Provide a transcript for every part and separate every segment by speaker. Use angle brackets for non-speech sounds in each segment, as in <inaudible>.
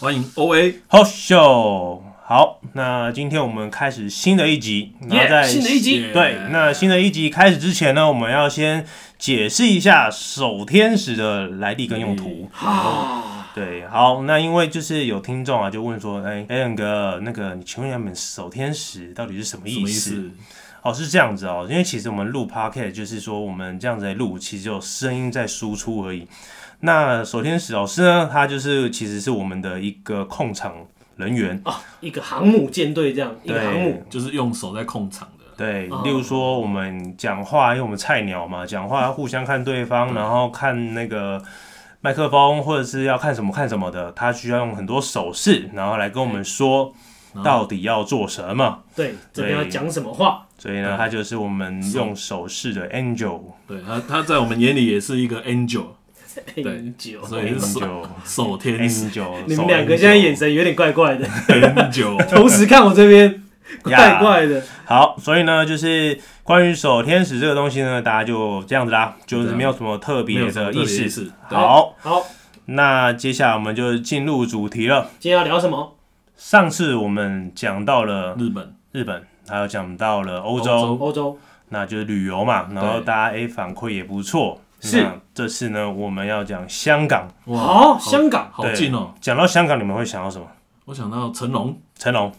Speaker 1: 欢迎 O A，
Speaker 2: 好秀，好，那今天我们开始新的一集，然后
Speaker 1: Yeah，
Speaker 2: 在
Speaker 1: 新的一集
Speaker 2: 对，那新的一集开始之前呢，我们要先解释一下守天使的来
Speaker 3: 哎
Speaker 2: 历跟用途。
Speaker 3: 啊
Speaker 1: 哦
Speaker 2: 对，好，那因为就是有听众啊，就问说，哎、a a n 哥，那个，你请问一下，你们守天使到底是什么
Speaker 1: 什
Speaker 2: 意
Speaker 1: 么意
Speaker 2: 思？
Speaker 1: 思？
Speaker 2: 哦，是这样子哦，因为其实我们录 podcast 就是说我们这样子来录，其实有声音在输出而已。那首先史老师呢，他就是其实是我们的一个控场人员，
Speaker 3: 哦，一个航母舰队这样，一个航母
Speaker 2: 对
Speaker 1: 就是用手在控场的，
Speaker 2: 对
Speaker 3: 哦，
Speaker 2: 例如说我们讲话，因为我们菜鸟嘛，讲话互相看对方，然后看那个麦克风，或者是要看什么看什么的，他需要用很多手势，然后来跟我们说到底要做什么。
Speaker 3: 对，这边
Speaker 2: 对
Speaker 3: 要讲什么话？
Speaker 2: 所以呢，他就是我们用手势的 angel，
Speaker 1: 对他，他在我们眼里也是一个 angel，
Speaker 3: 很久，
Speaker 1: 所以是手
Speaker 2: angel。
Speaker 1: 手
Speaker 3: 哎
Speaker 1: 天使
Speaker 2: angel，
Speaker 3: 你们两个现在眼
Speaker 2: 神。
Speaker 3: 神有点怪怪的，
Speaker 1: angel，
Speaker 3: <laughs> 同时看我这边，
Speaker 2: 呀
Speaker 3: 怪怪的。
Speaker 2: 好，所以呢，就是关于守天使这个东西呢，大家就这样子啦，就是没有什么特
Speaker 1: 没
Speaker 2: 别
Speaker 1: 有什么
Speaker 2: 的
Speaker 1: 特别
Speaker 2: 意
Speaker 1: 意
Speaker 2: 思。
Speaker 1: 思。对
Speaker 2: 好，
Speaker 3: 好，
Speaker 2: 那接下来我们就进入主题了。
Speaker 3: 今天要聊什么？
Speaker 2: 上次我们讲到了
Speaker 1: 日本、
Speaker 2: 日本，还有讲到了欧
Speaker 1: 欧
Speaker 2: 洲，
Speaker 1: 洲
Speaker 3: 欧洲
Speaker 2: 那就是旅游嘛。然后
Speaker 1: 对
Speaker 2: 大家诶反馈也不错。
Speaker 3: 是
Speaker 2: 那这次呢，我们要讲香港。
Speaker 3: 哦，香港，
Speaker 1: 好近哦！
Speaker 2: 讲到香港，你们会想到什么？
Speaker 1: 我想到成龙，
Speaker 2: 成龙，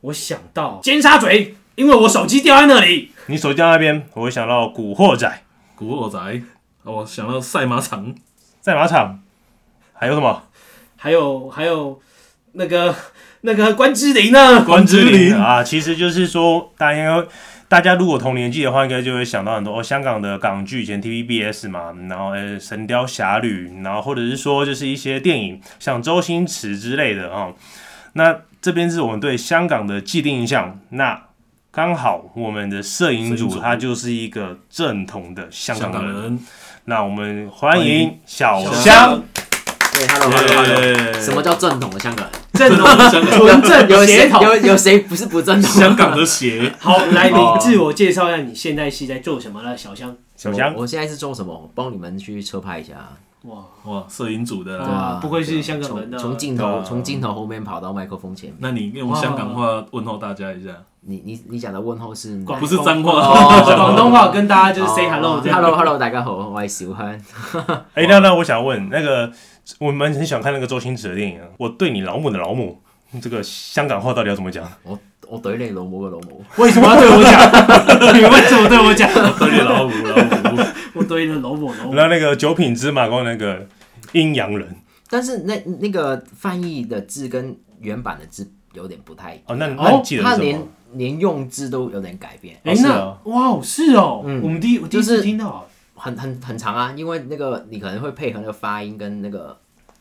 Speaker 3: 我想到尖沙咀，因为我手机掉在那里。
Speaker 2: 你手机在那边，我会想到《古惑仔》
Speaker 1: 古惑仔，哦我想到赛马场，
Speaker 2: 赛马场，还有什么？
Speaker 3: 还有还有那个那个关之琳呢？
Speaker 1: 关之琳
Speaker 2: 啊，其实就是说，大家应该大家如果同年纪的话，应该就会想到很多哦，香港的港剧，以前 TVBS 嘛，然后呃，《神雕侠侣》，然后或者是说就是一些电影，像周星驰之类的啊、哦。那这边是我们对香港的既定印象，那刚好我们的摄影
Speaker 1: 摄影
Speaker 2: 组
Speaker 1: 组
Speaker 2: 他就是一个正统的香
Speaker 1: 香
Speaker 2: 港
Speaker 1: 港
Speaker 2: 人，
Speaker 1: 人，
Speaker 2: 那我们欢
Speaker 1: 欢
Speaker 2: 迎
Speaker 1: 迎
Speaker 2: 小
Speaker 1: 小
Speaker 2: 香。
Speaker 4: 对，Hello
Speaker 3: 啊
Speaker 4: Hello Hello。
Speaker 1: 耶
Speaker 4: 什么叫正统的香港人？
Speaker 3: 正统纯正
Speaker 4: <laughs> 有
Speaker 3: 协
Speaker 4: 谁
Speaker 3: 同。
Speaker 4: 有有谁不是不正统？
Speaker 1: 香港的鞋，
Speaker 3: 好，来，你
Speaker 4: 哦
Speaker 3: 自我介绍一下，你现在是在做什么了，小香？
Speaker 2: 小香
Speaker 4: 我我现在是做什么？我帮你们去车拍一下，
Speaker 3: 哇，
Speaker 1: 哇，摄影组的
Speaker 4: 对。啊，
Speaker 3: 不愧是
Speaker 4: 对啊
Speaker 3: 香港人啊
Speaker 4: 从从镜
Speaker 2: 对啊
Speaker 4: 头从镜头后面跑到麦克风前面，
Speaker 1: 那你用香港话问候大家一下，
Speaker 4: 你你你讲的问候是
Speaker 3: 广
Speaker 1: 不是脏话，
Speaker 3: 哦，广东话跟大家就是 say hello 这样。
Speaker 4: hello hello，大家好，我是小亨。
Speaker 2: 哎、那那我想问，那个我们很喜欢看那个周星驰的电影啊，我对你老母的老母，这个香港话到底要怎么讲？
Speaker 4: 我我怼你老母嘅老母，
Speaker 3: 为什么要对我讲？你为什么对我讲？
Speaker 1: 对老虎老虎，
Speaker 3: 我对了老母
Speaker 2: <laughs>
Speaker 3: 老母
Speaker 2: 然后那个九品芝麻官那个阴阳人
Speaker 4: 但是那那个翻译的字跟原版的字有点不太一样，
Speaker 2: 哦，那那你记得
Speaker 4: 它
Speaker 2: 是什
Speaker 4: 连
Speaker 2: 么？
Speaker 4: 连用字都有点改变。
Speaker 3: 哎
Speaker 2: 哦，是
Speaker 3: 那
Speaker 2: 啊
Speaker 3: 哇哦，是哦，
Speaker 4: 嗯
Speaker 3: 我们第一我第一
Speaker 4: 就
Speaker 3: 次
Speaker 4: 是
Speaker 3: 听到，啊
Speaker 4: 很很很长啊，因为那个你可能会配合那个发音跟那个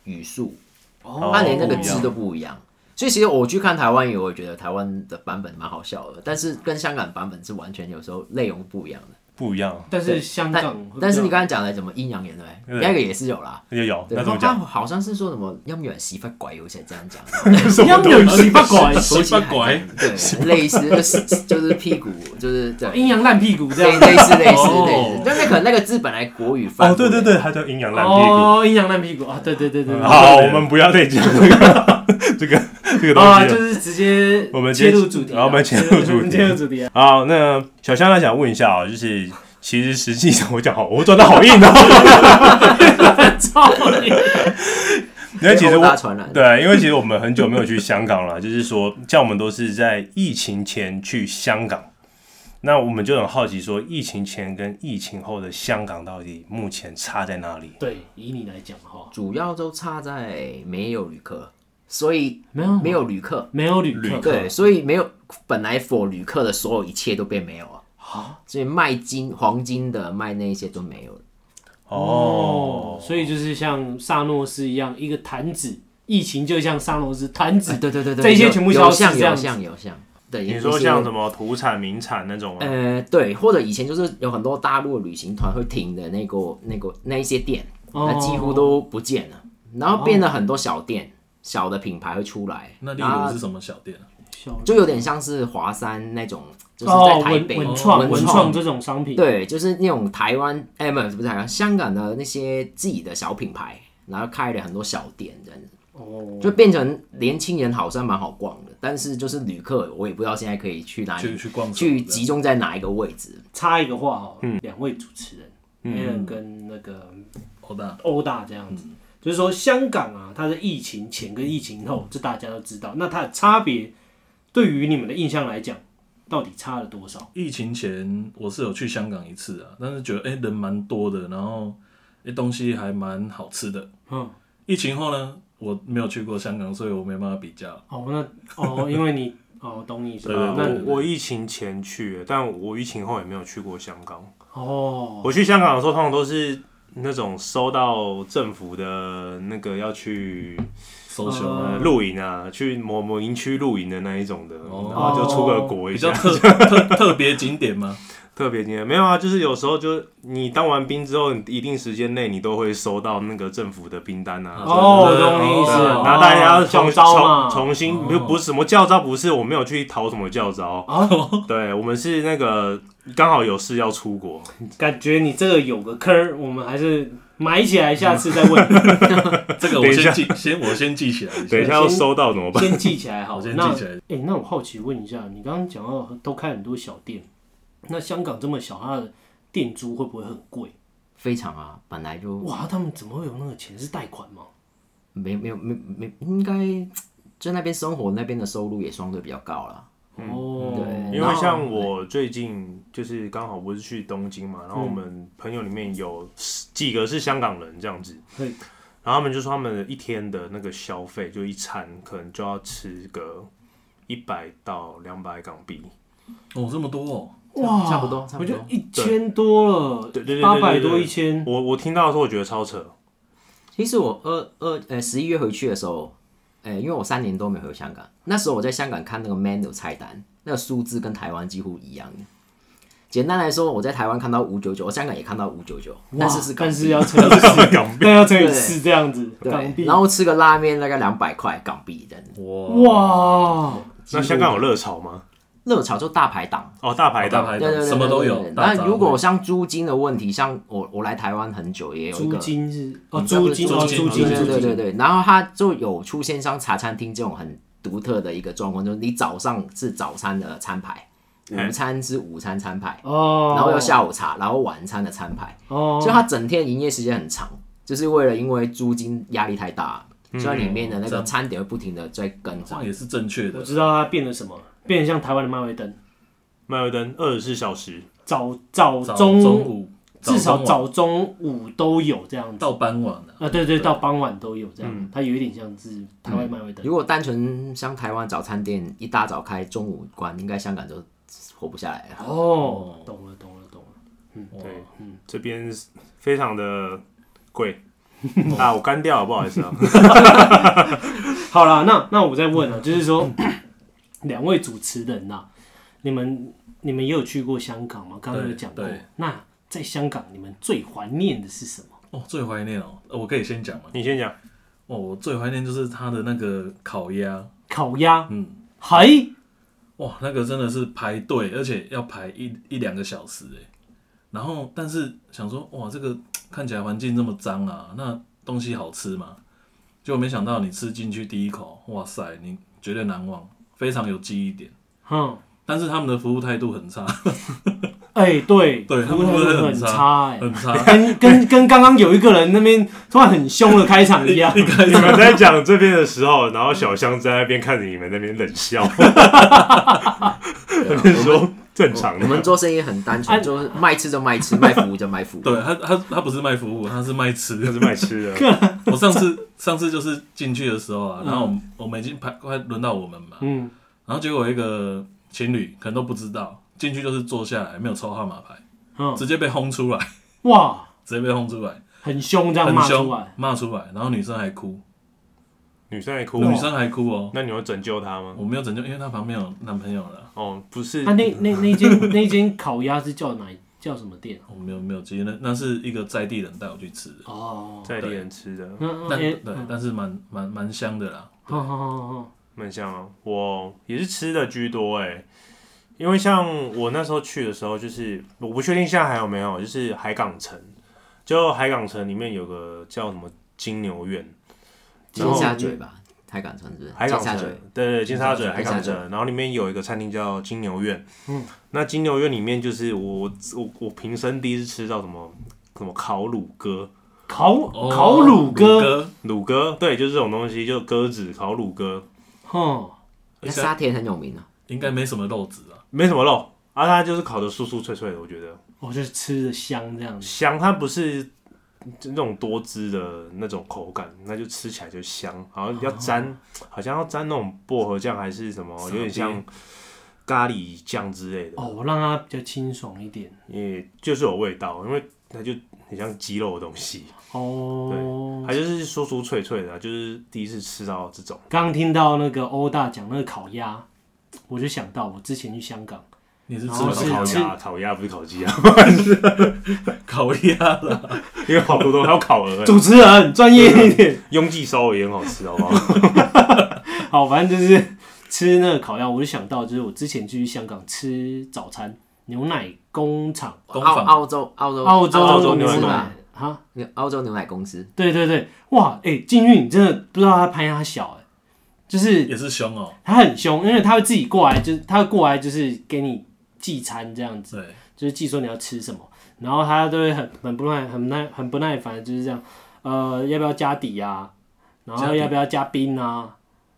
Speaker 4: 语速，
Speaker 3: 哦
Speaker 4: 它连那个
Speaker 2: 不一样
Speaker 4: 字都不一样。所以其实我去看台湾语，我也觉得台湾的版本蛮好笑的，但是跟香港版本是完全有时候内容不一样的。
Speaker 2: 不一样，
Speaker 3: 但是香港会比较，
Speaker 4: 但是你刚才讲的什么阴阳眼对不
Speaker 2: 啊对
Speaker 4: 对？那个也是有啦。
Speaker 2: 那就有，
Speaker 4: 对，
Speaker 2: 那怎么
Speaker 4: 他
Speaker 2: 讲？
Speaker 4: 好像是说什么阴阳媳妇鬼，有些这样
Speaker 2: <laughs>
Speaker 4: 讲，
Speaker 2: 什么
Speaker 3: 阴
Speaker 2: 东
Speaker 3: 阳
Speaker 2: 西？
Speaker 3: 洗不拐，
Speaker 4: <laughs>
Speaker 1: 手机拐，
Speaker 4: 对，类似就是就是屁股，就是对，
Speaker 3: 阴阳烂屁股这
Speaker 4: 类
Speaker 3: 样。
Speaker 4: 类似类似
Speaker 1: 哦
Speaker 4: 类似，但是可能那个字本来国语翻
Speaker 2: 哦，对对对，他叫阴阳烂屁股。
Speaker 3: 哦，阴阳烂屁股啊，对对对对。对
Speaker 2: 好，我们不要再讲这个这个这个东
Speaker 3: 啊，
Speaker 2: 西
Speaker 3: 就
Speaker 2: 了。
Speaker 3: 是直接
Speaker 2: 我们直
Speaker 3: 切
Speaker 2: 接
Speaker 3: 入主题啊，
Speaker 2: 好我们切入主题
Speaker 3: 切入主题 <laughs> 啊。
Speaker 2: 好，那小香呢想问一下啊，就是其实实际上我讲好，我转的好硬哦。 <laughs>
Speaker 3: 操你！
Speaker 2: 那其实我
Speaker 4: 大传染，
Speaker 2: 对，因为其实我们很久没有去香港了， <laughs> 就是说，像我们都是在疫情前去香港，那我们就很好奇说，疫情前跟疫情后的香港到底目前差在哪里？
Speaker 3: 对，以你来讲哈，
Speaker 4: 主要都差在没有旅客，所以
Speaker 3: 没有
Speaker 4: 没有旅客，
Speaker 3: 没有旅
Speaker 2: 旅
Speaker 3: 客
Speaker 4: 对，所以没有本来 for 旅客的所有一切都变没有了，
Speaker 3: 啊
Speaker 4: 所以卖金黄金的卖那一些都没有了，
Speaker 2: 哦，
Speaker 3: 所以就是像萨诺斯一样，一个坛子，疫情就像萨诺斯坛子
Speaker 4: 啊、对对对对，
Speaker 3: 这一些
Speaker 4: 有
Speaker 3: 全部消
Speaker 4: 有
Speaker 3: 失
Speaker 4: 像
Speaker 3: 这样
Speaker 4: 有
Speaker 3: 子
Speaker 4: 像有像，对，
Speaker 2: 你
Speaker 4: 有
Speaker 2: 说
Speaker 4: 一些
Speaker 2: 像什么
Speaker 1: 嗯
Speaker 2: 土产、名产那种吗？
Speaker 4: 呃，对，或者以前就是有很多大陆旅行团会停的那个、那个、那一些店，
Speaker 3: 哦
Speaker 4: 啊那几乎都不见了，然后变了很多小店、小的品牌会出来，
Speaker 1: 哦那例
Speaker 4: 然后
Speaker 1: 如是什么小店？啊
Speaker 4: 就有点像是华山那种，就是
Speaker 3: 哦
Speaker 4: 在，台
Speaker 3: 文
Speaker 4: 北、
Speaker 3: 文创文
Speaker 4: 文
Speaker 3: 创这种商品，
Speaker 4: 对，就是那种台湾，哎、不是不是台湾，香港的那些自己的小品牌，然后开了很多小店这样子。
Speaker 3: 哦，
Speaker 4: 就变成年轻人好像蛮好逛的，但是就是旅客，我也不知道现在可以去哪
Speaker 1: 去
Speaker 4: 里，
Speaker 1: 去逛
Speaker 4: 去
Speaker 1: 什么
Speaker 4: 集中在哪一个位置。
Speaker 3: 插一个话哦，两、位主持人 a l n 跟那个
Speaker 1: 好的，
Speaker 3: 欧大这样子，就是说香港啊，它的疫情前跟疫情后，这大家都知道。那它的差别，对于你们的印象来讲，到底差了多少？
Speaker 1: 疫情前我是有去香港一次啊，但是觉得哎、诶人蛮多的，然后哎、诶东西还蛮好吃的。
Speaker 3: 嗯，
Speaker 1: 疫情后呢，我没有去过香港，所以我没办法比较。
Speaker 3: 哦，那哦，因为你哦，懂你意思。
Speaker 1: 对对
Speaker 3: 那
Speaker 1: 对
Speaker 2: 我我疫情前去，但我疫情后也没有去过香港。
Speaker 3: 哦，
Speaker 2: 我去香港的时候，通常都是那种收到政府的那个要去
Speaker 1: social
Speaker 4: 嗯
Speaker 2: 呃
Speaker 1: 啊
Speaker 2: 露营啊，去某某营区露营的那一种的，
Speaker 1: 哦
Speaker 2: 然后就出个国一
Speaker 1: 比
Speaker 2: 下
Speaker 1: 较。特特特别景点
Speaker 2: <laughs>
Speaker 1: 吗？
Speaker 2: 特别经验没有啊，就是有时候就你当完兵之后，你一定时间内你都会收到那个政府的兵单啊。
Speaker 3: 哦，我懂你意思。
Speaker 1: 对
Speaker 2: 然
Speaker 1: 哦
Speaker 2: 后大家要重
Speaker 3: 想
Speaker 2: 重
Speaker 3: 招嘛，
Speaker 2: 重新
Speaker 1: 哦
Speaker 2: 不不是什么教招，不是我没有去逃什么教招，
Speaker 3: 哦，
Speaker 2: 对我们是那个刚好有事要出国，
Speaker 3: 感觉你这个有个坑儿，我们还是埋起来，下次再问，
Speaker 1: 这个
Speaker 2: 等
Speaker 1: 我
Speaker 2: 一下
Speaker 1: 先记，先我先记起来。
Speaker 2: 等一下要收到怎么办？
Speaker 3: 先记起来好
Speaker 1: 我。先
Speaker 3: 那
Speaker 1: 记起来。
Speaker 3: 哎、那我好奇问一下，你刚刚讲到都开很多小店，那香港这么小，它的店租会不会很贵？
Speaker 4: 非常啊，本来就
Speaker 3: 哇，他们怎么会有那个钱？是贷款吗？
Speaker 4: 没没有没没应该就那边生活那边的收入也相对比较高啦。
Speaker 3: 哦，
Speaker 2: 因为像我最近就是刚好不是去东京嘛，然
Speaker 3: 嗯
Speaker 2: 后我们朋友里面有十几个是香港人这样子，
Speaker 3: 对
Speaker 2: 然后他们就说他们一天的那个消费就一餐可能就要吃个一百到两百港币，
Speaker 1: 哦，这么多哦，
Speaker 3: 哇，
Speaker 4: 差不多差不多
Speaker 3: 我就一千多了，
Speaker 2: 对对对对
Speaker 3: 八
Speaker 2: 对
Speaker 3: 百
Speaker 2: 对对
Speaker 3: 多一千，
Speaker 2: 我我听到的时候我觉得超扯，
Speaker 4: 其实我二二呃十一月回去的时候，呃，因为我三年多没回香港，那时候我在香港看那个 menu 菜单，那个数字跟台湾几乎一样的。简单来说，我在台湾看到五九九，我香港也看到五九九，
Speaker 3: 哇
Speaker 4: 但是是港
Speaker 3: 但
Speaker 4: 币
Speaker 3: 是要乘以四，但要乘以四这样子，港
Speaker 4: 对，
Speaker 3: 币
Speaker 4: 然。后吃个拉面大概两百块港币这样子。
Speaker 1: 哇，
Speaker 3: 哇，
Speaker 2: 那香港有热潮吗？
Speaker 4: 热炒就大排档，
Speaker 2: 哦，大排
Speaker 1: 大
Speaker 2: 档，
Speaker 1: 排
Speaker 4: 对
Speaker 1: 档
Speaker 4: 对对，
Speaker 1: 什么都有
Speaker 4: 对对。
Speaker 1: 大杂
Speaker 4: 那
Speaker 1: 烩
Speaker 4: 如果像租金的问题，像我我来台湾很久，也有一
Speaker 3: 租
Speaker 4: 个
Speaker 3: 金是哦，
Speaker 4: 嗯
Speaker 3: 租金哦，
Speaker 1: 租金
Speaker 3: 租金，
Speaker 4: 对对
Speaker 3: 租
Speaker 4: 对对
Speaker 3: 金，
Speaker 4: 对，然后它就有出现像茶餐厅这种很独特的一个状况，就是你早上是早餐的餐牌，
Speaker 2: 嗯
Speaker 4: 午餐是午餐餐牌，
Speaker 3: 哦，
Speaker 4: 然后有下午茶，然后晚餐的餐牌，
Speaker 3: 哦，
Speaker 4: 所以它整天营业时间很长，就是为了因为租金压力太大，
Speaker 3: 嗯
Speaker 4: 所以里面的那个餐点会不停的在更
Speaker 1: 这
Speaker 4: 换
Speaker 1: 样。也是正确
Speaker 3: 我
Speaker 1: 的。
Speaker 3: 知道它变了什么，变得像台湾的麦味登，
Speaker 2: 麦味登二十四小时，
Speaker 3: 早早
Speaker 1: 早
Speaker 3: 中
Speaker 1: 中午
Speaker 3: 至
Speaker 1: 中
Speaker 3: 少
Speaker 1: 晚
Speaker 3: 早中午都有这样子。
Speaker 1: 到嗯傍晚了，
Speaker 3: 啊，对对，到傍晚都有这样，它有一点像是台湾漫威
Speaker 1: 嗯
Speaker 3: 的。
Speaker 4: 如果单纯像台湾早餐店一大早开，中午关，应该香港就活不下来
Speaker 3: <laughs>
Speaker 4: 了。
Speaker 3: 哦，懂了，懂了，懂了。
Speaker 2: 对，
Speaker 1: 嗯
Speaker 2: 这边非常的贵啊，我干掉了，不好意思啊。 <laughs>
Speaker 3: 好啦，那那我再问
Speaker 1: 嗯
Speaker 3: 啊，就是说， <clears throat> 两位主持人呐、你们你们也有去过香港吗？刚刚有讲过
Speaker 1: 对对。
Speaker 3: 那在香港，你们最怀念的是什么？
Speaker 1: 哦，最怀念哦，呃我可以先讲吗？
Speaker 2: 你先讲，
Speaker 1: 哦，我最怀念就是他的那个烤鸭，
Speaker 3: 烤鸭。
Speaker 1: 嗯，
Speaker 3: 还
Speaker 1: 哇，那个真的是排队，而且要排一一两个小时哎。然后，但是想说，哇，这个看起来环境这么脏啊，那东西好吃吗？结果没想到你吃进去第一口，哇塞，你绝对难忘，非常有记忆点。
Speaker 3: 嗯，
Speaker 1: 但是他们的服务态度很 <laughs> 差，
Speaker 3: 哎、对，
Speaker 1: 对
Speaker 3: 服务态
Speaker 1: 他们服务
Speaker 3: 度
Speaker 1: 态度
Speaker 3: 很
Speaker 1: 很
Speaker 3: 差、哎，
Speaker 1: 很差。
Speaker 3: 跟跟跟刚刚有一个人那边突然很凶的开场一
Speaker 1: <laughs>
Speaker 3: 样，
Speaker 2: <laughs> 你们在讲这边的时候，然后小香在那边看着你们那边冷笑， <laughs> 那边说正常
Speaker 4: 啊我们
Speaker 2: 的。
Speaker 4: 做生意很单
Speaker 3: 哎
Speaker 4: 纯，就是卖吃就卖吃，卖服务就卖服务。
Speaker 1: 对他，他他不是卖服务，他是卖吃
Speaker 2: 那。是卖吃
Speaker 4: <laughs>
Speaker 2: 的，
Speaker 1: <laughs> 我上次上次就是进去的时候啊，然后我们我们已经排快轮到我们嘛，
Speaker 3: 嗯，
Speaker 1: 然后结果有一个情侣可能都不知道，进去就是坐下来没有抽号码牌，
Speaker 3: 嗯
Speaker 1: 直接被轰出来， <laughs>
Speaker 3: 哇，
Speaker 1: 直接被轰出来，
Speaker 3: 很凶这样
Speaker 1: 很
Speaker 3: 骂
Speaker 1: 凶
Speaker 3: 出来，
Speaker 1: 骂出来，然后女生还哭，
Speaker 2: 女生还哭。
Speaker 1: 女生还哭哦，
Speaker 2: 那你有拯救她吗？
Speaker 1: 我没有拯救，因为她旁边有男朋友了，
Speaker 2: 哦，不是
Speaker 3: 他，啊那那那间 <laughs> 那间烤鸭是叫哪叫什么店啊？
Speaker 1: 我没有没有接，那那是一个在地人带我去吃的，
Speaker 3: 哦，
Speaker 2: 在地人吃的，
Speaker 3: 那那
Speaker 1: 但
Speaker 3: 哎
Speaker 1: 对，但是蛮蛮蛮香的啦，
Speaker 3: 好好好好，
Speaker 2: 蛮像啊。我也是吃的居多哎、因为像我那时候去的时候，就是我不确定现在还有没有，就是海港城，就海港城里面有个叫什么金牛苑，
Speaker 4: 尖
Speaker 2: 然后
Speaker 4: 沙咀吧，海港城是不是？
Speaker 2: 海港
Speaker 4: 尖沙
Speaker 2: 城
Speaker 4: 咀，，
Speaker 2: 对对，金沙咀海港
Speaker 4: 金沙
Speaker 2: 城，然后里面有一个餐厅叫金牛苑，嗯，那金牛苑里面就是我我我平生第一次吃到什么什么烤乳鸽，
Speaker 3: 烤
Speaker 1: 哦
Speaker 3: 烤乳鸽，
Speaker 1: 鸽，
Speaker 2: 乳鸽，对，就是这种东西，就鸽子烤乳鸽，
Speaker 3: 哼，
Speaker 4: 那沙田很有名哦。
Speaker 1: 应该没什么肉质啊。
Speaker 2: 没什么肉，啊，它就是烤的酥酥脆脆的，我觉得
Speaker 3: 我哦就是吃的香这样子。
Speaker 2: 香，它不是那种多汁的那种口感，那就吃起来就香，好像要沾，好像要沾那种薄荷酱还是什么，有点像咖喱酱之类的。
Speaker 3: 哦，我让它比较清爽一点。
Speaker 2: 也就是有味道，因为它就很像鸡肉的东西，
Speaker 3: 哦，
Speaker 2: 它就是酥酥脆脆的啊、就是第一次吃到这种。
Speaker 3: 刚听到那个欧大讲那个烤鸭，我就想到我之前去香港，
Speaker 1: 你是吃
Speaker 3: 哦是
Speaker 1: 烤
Speaker 2: 烤
Speaker 3: 是
Speaker 2: 鸭，烤鸭不是烤鸡啊，
Speaker 1: 烤鸭
Speaker 3: <laughs>
Speaker 1: 了？
Speaker 2: 因为好多都还有烤鹅欸，
Speaker 3: 主持人专业一点。
Speaker 2: 拥挤烧鹅也很好吃，好不好？
Speaker 3: 好，反正就是吃那个烤鸭，我就想到就是我之前去香港吃早餐，牛奶工厂，
Speaker 1: 工
Speaker 4: 澳
Speaker 1: 坊
Speaker 4: 澳洲澳洲
Speaker 3: 澳洲
Speaker 2: 澳洲
Speaker 4: 公
Speaker 2: 牛奶
Speaker 4: 司
Speaker 2: 公司
Speaker 4: 吧？
Speaker 3: 哈，
Speaker 4: 牛澳洲牛奶公司，
Speaker 3: 对对对，哇，哎、进去你真的不知道他拍他小哎、就是
Speaker 1: 也是凶哦，
Speaker 3: 他很凶，因为他会自己过来，就是他会过来就是给你寄餐这样子，
Speaker 1: 对，
Speaker 3: 就是寄说你要吃什么，然后他都会很很不耐很耐很不耐烦，就是这样，呃，要不要加底啊？然
Speaker 1: 加
Speaker 3: 后
Speaker 1: 底
Speaker 3: 要不要加冰啊？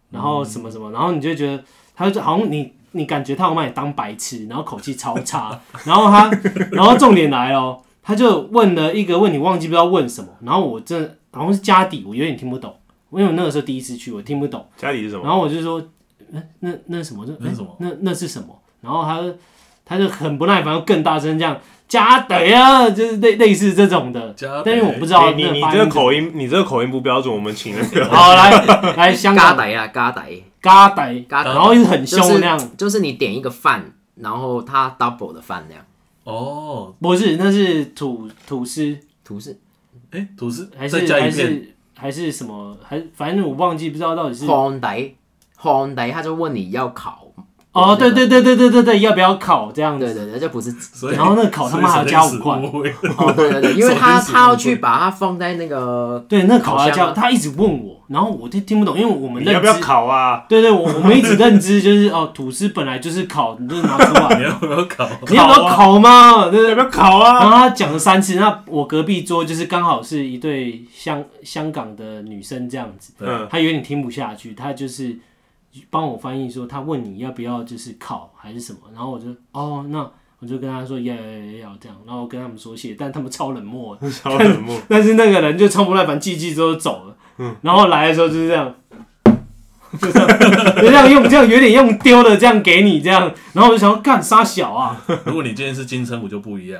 Speaker 3: 然后什么什么，然后你就觉得他就好像你你感觉他好像把你当白痴，然后口气超差，然后他然后重点来了，他就问了一个问题，忘记不知道问什么，然后我真的好像是加底，我有点听不懂，因为我那个时候第一次去，我听不懂。
Speaker 2: 家里是什么？
Speaker 3: 然后我就说，那那那什么？那
Speaker 1: 那是什么
Speaker 3: 那那是什么？然后他就他就很不耐烦，更大声这样加得啊，就是类类似这种的。
Speaker 1: 加
Speaker 3: 但是我不知道
Speaker 2: 你你
Speaker 3: 那
Speaker 2: 你
Speaker 3: 发
Speaker 2: 这个
Speaker 3: 音怎么
Speaker 2: 口音，你这个口音不标准，我们请那个
Speaker 3: 好来来香
Speaker 4: 嘎
Speaker 3: 港
Speaker 4: 逮啊嘎逮
Speaker 3: 嘎逮，
Speaker 4: 嘎逮
Speaker 3: 然，后又很凶
Speaker 4: 就是
Speaker 3: 那样。
Speaker 4: 就是你点一个饭，然后它 double 的饭量，
Speaker 1: 哦，
Speaker 3: 不是，那是吐吐司，
Speaker 4: 图是
Speaker 1: 哎，吐司
Speaker 3: 还
Speaker 1: 再
Speaker 3: 是
Speaker 1: 加
Speaker 3: 还
Speaker 1: 一片，
Speaker 3: 是还是什么？还反正我忘记，不知道到底是。
Speaker 4: 烘底烘底，他就问你要烤。
Speaker 3: 哦，对对对对对对对，要不要烤这样
Speaker 4: 对
Speaker 3: 子？
Speaker 4: 对对，这不是
Speaker 1: 所以
Speaker 3: 然后那个烤他妈还要加五块
Speaker 1: 所以是类似误会
Speaker 4: 哦，对对对，因为
Speaker 1: 手
Speaker 4: 他
Speaker 1: 撕手
Speaker 4: 他要
Speaker 1: 撕
Speaker 4: 去把它放在那个
Speaker 3: 对，那烤
Speaker 4: 烤
Speaker 3: 鸭
Speaker 4: 箱
Speaker 3: 叫
Speaker 4: 吗
Speaker 3: 他一直问我，然后我就听不懂，因为我们
Speaker 2: 啊你
Speaker 3: 认
Speaker 2: 要不要
Speaker 3: 知
Speaker 2: 烤啊？
Speaker 3: 对对，我我们一直认知就是哦，吐司本来就是烤，你就是拿出
Speaker 1: 你
Speaker 2: <laughs>
Speaker 3: 来，
Speaker 1: 要不要烤？
Speaker 3: 你要不要烤吗？对
Speaker 2: 要
Speaker 3: 对
Speaker 2: 啊不
Speaker 3: 对。
Speaker 2: 要烤
Speaker 3: 然
Speaker 2: 啊？
Speaker 3: 后他讲了三次，那我隔壁桌就是刚好是一对香香港的女生这样子，
Speaker 2: 嗯，
Speaker 3: 她有点听不下去，她就是帮我翻译说，她问你要不要就是烤还是什么，然后我就哦，那我就跟她说要要要要这样，然后我跟他们说谢谢，但他们超冷漠的，
Speaker 2: 超冷漠。
Speaker 3: 但是那个人就超不耐烦，记记之后走了。然后来的时候就是这样， <laughs> 就这样，就这样用这样有点用丢了这样给你这样，然后我就想说干啥小啊，
Speaker 1: 如果你今天是金城武就不一样，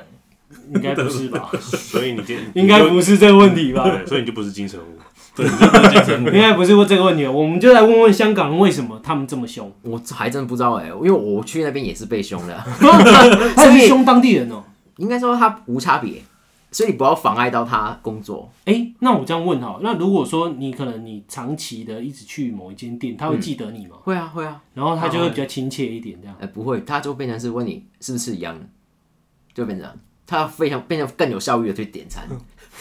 Speaker 3: 应该不是 <laughs> 吧？
Speaker 2: 所以你今
Speaker 3: 应该
Speaker 2: 你
Speaker 3: 不是这个问题 <laughs>
Speaker 2: 就
Speaker 3: 吧？
Speaker 2: 对，所以你就不是金城武。
Speaker 1: 对，你就是金城武
Speaker 3: 应该不是问这个问题，我们就来问问香港人为什么他们这么凶，
Speaker 4: 我还真不知道哎、因为我去那边也是被凶的，
Speaker 3: 他是凶当地人哦、
Speaker 4: 应该说他无差别，所以你不要妨碍到他工作。
Speaker 3: 哎、那我这样问哈，那如果说你可能你长期的一直去某一间店，他会记得你吗？
Speaker 4: 会啊会啊，
Speaker 3: 然嗯后他就会比较亲切一点这样。
Speaker 4: 呃不会，他就变成是问你是不是一样的，就变成这样他非常变成更有效率的去点餐，